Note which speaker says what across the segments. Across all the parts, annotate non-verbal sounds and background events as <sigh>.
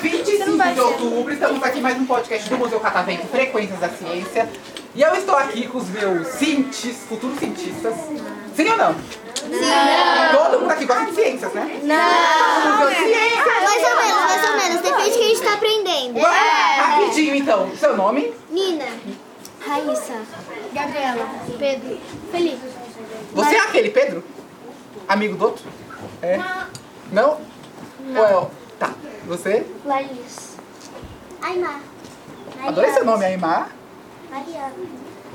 Speaker 1: 25 de outubro, estamos aqui mais um podcast do Museu Catavento Frequências da Ciência. E eu estou aqui com os meus cientistas, futuros cientistas. Sim ou não? Não! Todo mundo aqui gosta de ciências, né? Não! É. Museu de Ciências!
Speaker 2: Mais ou menos, mais ou menos. Depende do que a gente tá aprendendo.
Speaker 1: Vamos lá, Rapidinho então, seu nome?
Speaker 2: Nina. Raíssa. Gabriela. Pedro. Felipe.
Speaker 1: Você é aquele, Pedro? Amigo do outro? É? Não? Ou é o- Tá, você?
Speaker 2: Laís. Aymar.
Speaker 1: Adorei seu nome, Aymar.
Speaker 2: Mariana.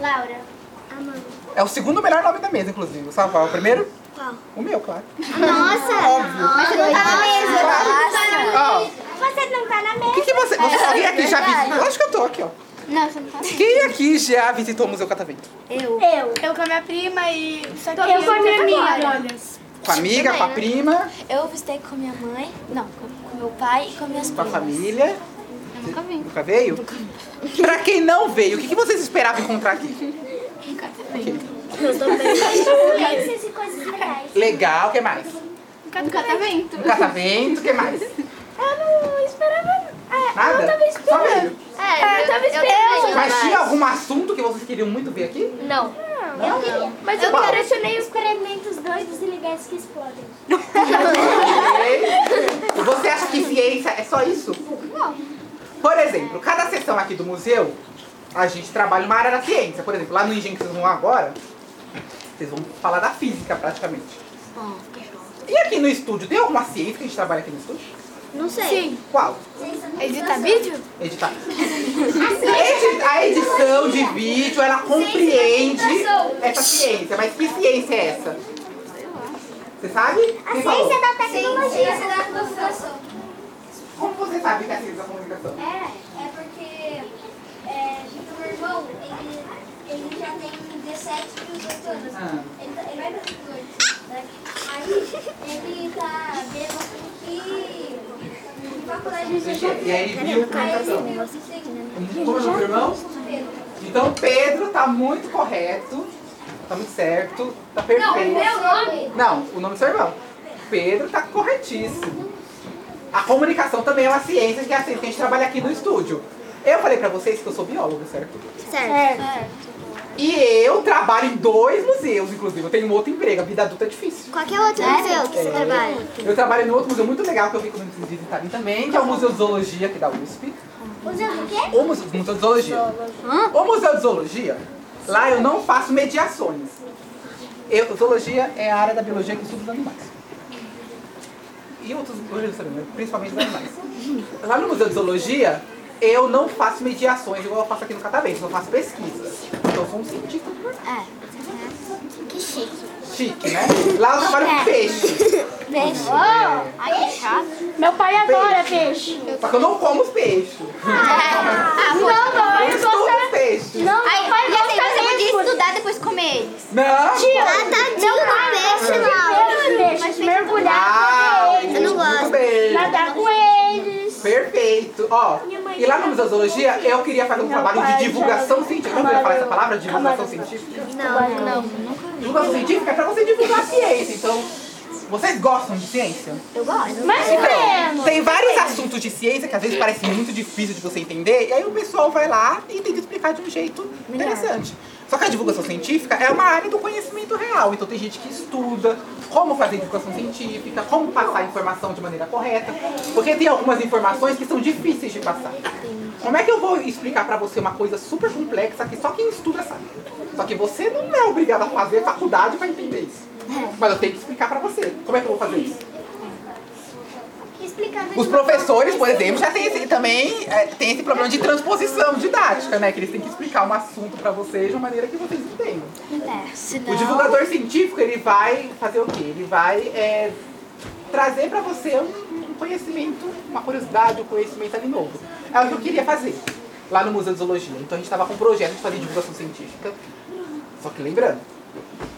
Speaker 2: Laura. Amanda.
Speaker 1: É o segundo melhor nome da mesa, inclusive. Sabe qual é o primeiro?
Speaker 2: Qual?
Speaker 1: O meu, claro.
Speaker 2: Nossa! Mas você não tá na mesa.
Speaker 1: Ó,
Speaker 2: Você não tá na
Speaker 1: o que, que você.
Speaker 3: É,
Speaker 1: Você alguém aqui já visitou? Acho que eu tô aqui, ó.
Speaker 2: Não, você não tá na mesa.
Speaker 1: Quem aqui já visitou o Museu Catavento?
Speaker 2: Eu. Eu.
Speaker 4: Eu com a minha prima e. Só que
Speaker 2: Eu com a minha amiga.
Speaker 1: Com a amiga, com a prima,
Speaker 3: Eu visitei com minha mãe, não, com com meu pai e com minhas
Speaker 1: com a
Speaker 3: primas.
Speaker 1: família.
Speaker 3: Eu nunca vi.
Speaker 1: Nunca veio? Pra quem não veio, o que, que vocês esperavam encontrar aqui?
Speaker 2: Coisas e coisas legais.
Speaker 1: Legal, o que mais?
Speaker 4: Nunca tá vendo.
Speaker 1: Um catavento, o que mais?
Speaker 2: Eu não esperava.
Speaker 1: Nada? Só veio.
Speaker 2: É, eu tava esperando.
Speaker 1: Mas tinha algum assunto que vocês queriam muito ver aqui?
Speaker 2: Não. Eu queria. Mas eu colecionei os experimentos doidos e legais que explodem.
Speaker 1: Ok. Você acha que ciência é só isso? Por exemplo, cada sessão aqui do museu, a gente trabalha uma área da ciência. Por exemplo, lá no Engenho que vocês vão agora, vocês vão falar da física praticamente. E aqui no estúdio, tem alguma ciência que a gente trabalha aqui no estúdio?
Speaker 2: Não sei.
Speaker 4: Sim.
Speaker 1: Qual?
Speaker 4: Editar vídeo?
Speaker 1: Editar. Edi- A edição de vídeo, ela compreende essa ciência. Mas que ciência é essa? Você sabe? Então, Quem falou?
Speaker 2: é da tecnologia. Ciência da
Speaker 1: Como você sabe que é a ciência da comunicação?
Speaker 2: É, é porque é, o meu irmão, ele, ele já tem 17 e 18 anos.
Speaker 1: Ah.
Speaker 2: Ele, tá- ele vai fazer 18. Né? Aí ele tá vendo que, que faculdade a gente
Speaker 1: E aí ele viu Tá comunicação.
Speaker 2: Aí assim, ele viu que tem-
Speaker 1: Como é o nome do irmão? Então Pedro tá muito correto, tá muito certo, tá perfeito.
Speaker 2: Não, meu nome?
Speaker 1: Não, o nome do seu irmão. Pedro tá corretíssimo. A comunicação também é uma ciência, que é a ciência que a gente trabalha aqui no estúdio. Eu falei pra vocês que eu sou biólogo, certo?
Speaker 2: Certo.
Speaker 1: E eu trabalho em dois museus, inclusive. Eu tenho um outro emprego, a vida adulta é difícil.
Speaker 2: Qualquer outro museu que
Speaker 1: É. Eu trabalho em outro museu muito legal que eu vi quando vocês visitarem também, que é o Museu de Zoologia aqui da USP.
Speaker 2: Museu do quê?
Speaker 1: O Museu, Museu de Zoologia. O Museu de Zoologia, lá eu não faço mediações. Eu, zoologia é a área da biologia que estuda os animais. E outros biologias também, mas principalmente os animais. Lá no Museu de Zoologia, eu não faço mediações igual eu faço aqui no Catavento, eu faço pesquisas. Então eu sou um cientista por
Speaker 2: É. Que chique. É.
Speaker 1: chique, né? Lá eu trabalho com peixe.
Speaker 2: Beijo. Ai, que chato.
Speaker 4: Meu pai adora peixe.
Speaker 1: Só que eu não como os peixes.
Speaker 2: Ah, não,
Speaker 1: Eu estudo os peixes.
Speaker 2: Não, Aí, pai gosta
Speaker 3: assim,
Speaker 4: você
Speaker 2: podia estudar depois comer eles.
Speaker 1: Não!
Speaker 2: Ah, tadinho do peixe, Laura.
Speaker 4: Peixe, mergulhar.
Speaker 1: Uau!
Speaker 2: Eu não gosto.
Speaker 1: Ah, Muito bem.
Speaker 4: Nadar com eles.
Speaker 1: Perfeito. Ó, e
Speaker 2: é
Speaker 1: lá no Museu Zoologia eu queria fazer um trabalho de divulgação científica. Como eu ia falar essa palavra? Divulgação científica?
Speaker 2: Não, não.
Speaker 1: Divulgação científica é pra você divulgar a ciência. Então, vocês gostam de ciência?
Speaker 4: Mais ou menos.
Speaker 1: Tem vários assuntos de ciência que às vezes parece muito difícil de você entender, e aí o pessoal vai lá e tenta explicar de um jeito interessante. Só que a divulgação científica é uma área do conhecimento real, então tem gente que estuda como fazer divulgação científica, como passar a informação de maneira correta, porque tem algumas informações que são difíceis de passar. Como é que eu vou explicar pra você uma coisa super complexa que só quem estuda sabe? Só que você não é obrigado a fazer faculdade pra entender isso. Mas eu tenho que explicar pra você. Como é que eu vou fazer isso?
Speaker 2: Explicando
Speaker 1: Os professores, por exemplo, já têm esse, também é, tem esse problema de transposição didática, né? Que eles têm que explicar um assunto pra vocês de uma maneira que vocês entendam. O divulgador científico, ele vai fazer o quê? Ele vai é, trazer pra você um, um conhecimento, uma curiosidade, um conhecimento ali novo. É o que eu queria fazer lá no Museu de Zoologia. Então a gente estava com um projeto de fazer divulgação científica. Só que lembrando,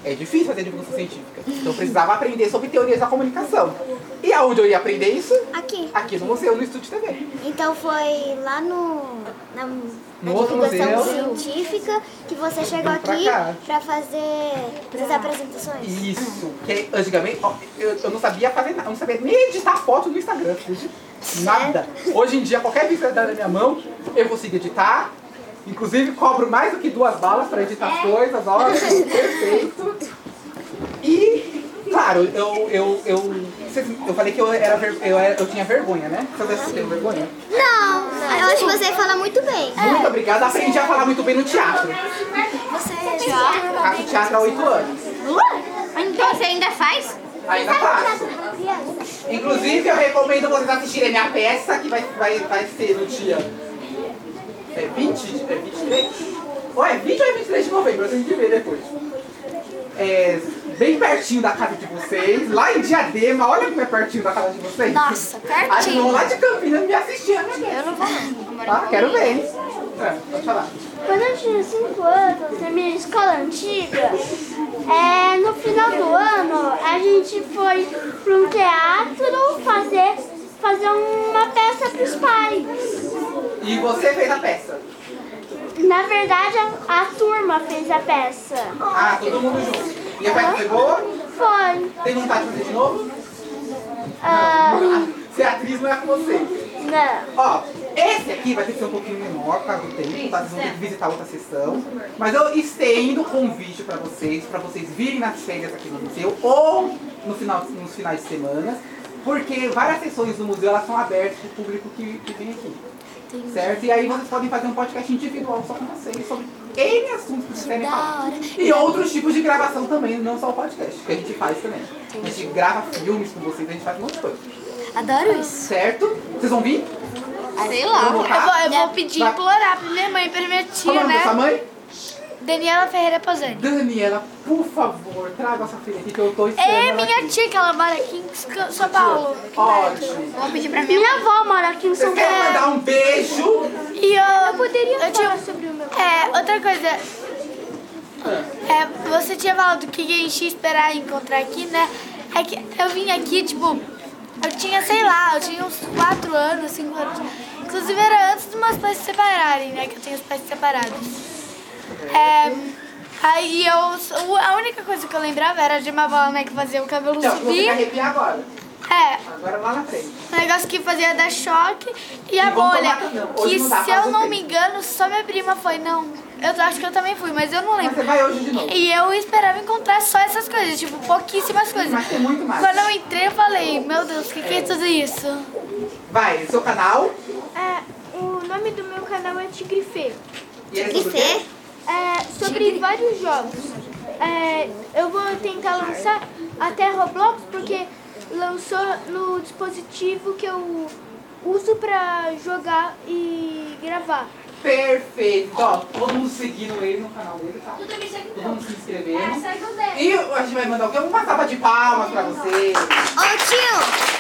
Speaker 1: é difícil fazer divulgação científica. Então eu precisava aprender sobre teorias da comunicação. E aonde eu ia aprender isso?
Speaker 2: Aqui.
Speaker 5: Então
Speaker 1: Aqui no museu, no estúdio também.
Speaker 2: Então foi lá no. Na,
Speaker 1: No outro
Speaker 5: divulgação
Speaker 1: museu.
Speaker 5: científica que você chegou
Speaker 1: Vem pra
Speaker 5: aqui
Speaker 1: cá.
Speaker 5: pra fazer as apresentações.
Speaker 1: Isso, porque antigamente ó, eu, eu não sabia fazer nada, eu não sabia nem editar foto no Instagram, acredita? nada. Hoje em dia, qualquer vídeo que dá na minha mão, eu consigo editar. Inclusive, cobro mais do que duas balas para editar as coisas, ó, perfeito. E, claro, eu, eu, eu, vocês- eu falei que eu, era, ver- eu, era- eu tinha vergonha, né? Vocês têm vergonha?
Speaker 5: Não, eu acho que você fala muito bem.
Speaker 1: Muito obrigada, aprendi a falar muito bem no teatro.
Speaker 5: Você
Speaker 1: Faço teatro há oito anos.
Speaker 6: Então você ainda faz?
Speaker 1: Ainda faço. Inclusive, eu recomendo vocês assistirem minha peça, que vai, vai, vai ser no dia. É 20? É 23? Ou é 20 ou é 23 de novembro? Vocês têm que ver depois. É bem pertinho da casa de vocês, lá em Diadema. Olha como é pertinho da casa de vocês.
Speaker 3: Nossa,
Speaker 1: Aí vocês vão
Speaker 3: pertinho.
Speaker 1: lá de Campinas me assistir. Eu não vou, Tá? Quero ver. hein? É, pode falar.
Speaker 4: Quando eu tinha 5 anos, na minha escola antiga, é, no final do ano, a gente foi para um teatro fazer, fazer uma peça para os pais.
Speaker 1: E você fez a peça?
Speaker 4: Na verdade, a, a turma fez a peça.
Speaker 1: Ah, todo mundo junto. E a peça foi boa?
Speaker 4: Foi.
Speaker 1: Tem vontade de fazer de novo?
Speaker 4: ah,
Speaker 1: <laughs> Ser atriz não é com você.
Speaker 4: não.
Speaker 1: Ó, esse aqui vai ter que ser um pouquinho menor por causa do tempo, tá? Vocês vão ter que visitar outra sessão. Mas eu estendo o convite pra vocês, pra vocês virem nas férias aqui no museu ou no final, nos finais de semana, porque várias sessões do museu elas são abertas pro público que, que vem aqui. Certo? E aí vocês podem fazer um podcast individual só com vocês sobre N assuntos que vocês querem falar. E outros tipos de gravação também, não só o podcast, que a gente faz também. A gente grava filmes com vocês, a gente faz um monte de coisa.
Speaker 3: Adoro isso.
Speaker 1: Certo? Vocês vão vir? Tá
Speaker 6: Sei lá.
Speaker 1: Vão
Speaker 3: Eu vou,
Speaker 1: voltar?
Speaker 3: eu vou pedir
Speaker 1: né? Vai.
Speaker 3: implorar pra minha mãe, pra minha
Speaker 1: Qual o
Speaker 3: tia,
Speaker 1: nome da sua
Speaker 3: né?
Speaker 1: mãe?
Speaker 3: Daniela Ferreira Posani.
Speaker 1: Daniela, por favor, traga essa filha aqui que eu tô esperando.
Speaker 3: É
Speaker 1: ela
Speaker 3: minha
Speaker 1: aqui.
Speaker 3: tia, que ela mora aqui em São- São Paulo.
Speaker 1: Ótimo.
Speaker 6: Vou pedir pra minha
Speaker 4: Minha avó mora aqui em São
Speaker 1: Vocês querem
Speaker 4: Paulo.
Speaker 1: mandar um beijo?
Speaker 3: E eu, eu poderia eu tinha, É, outra coisa. É, você tinha falado que a gente ia esperar encontrar aqui, né? É que eu vim aqui, tipo, eu tinha, sei lá, eu tinha uns 4 anos, 5 anos. Inclusive era antes dos meus pais se separarem, né? Que eu tenho os pais separados. É, aí eu. A única coisa que eu lembrava era de uma bola, né? Que fazia o cabelo
Speaker 1: Não, você vai
Speaker 3: subir.
Speaker 1: arrepiar agora.
Speaker 3: É,
Speaker 1: Agora lá na frente.
Speaker 3: o Um negócio que fazia dar choque e a
Speaker 1: E vamos
Speaker 3: bolha.
Speaker 1: tomar caminhão. Hoje
Speaker 3: Que
Speaker 1: não dá
Speaker 3: se
Speaker 1: pra
Speaker 3: eu não
Speaker 1: você.
Speaker 3: me engano, só minha prima foi. Não, eu acho que eu também fui, mas eu não
Speaker 1: Mas
Speaker 3: lembro.
Speaker 1: você vai hoje de novo.
Speaker 3: E eu esperava encontrar só essas coisas, tipo, pouquíssimas coisas.
Speaker 1: Mas tem muito mais.
Speaker 3: Quando eu entrei, eu falei, meu Deus, o que, que é tudo isso?
Speaker 1: Vai, seu canal.
Speaker 4: É, o nome do meu canal é Tigrifê.
Speaker 1: E ele é sobre o quê?
Speaker 4: É, sobre vários jogos. É, eu vou tentar lançar até Roblox, porque lançou no dispositivo que eu uso pra jogar e gravar.
Speaker 1: Perfeito. Ó, todo mundo seguindo ele no canal dele, tá?
Speaker 2: Tudo me segue
Speaker 1: Todo mundo se
Speaker 2: é.
Speaker 1: inscrevendo.
Speaker 2: segue o dele.
Speaker 1: E a gente vai mandar o quê? Uma salva de palmas pra vocês.
Speaker 5: Ô tio,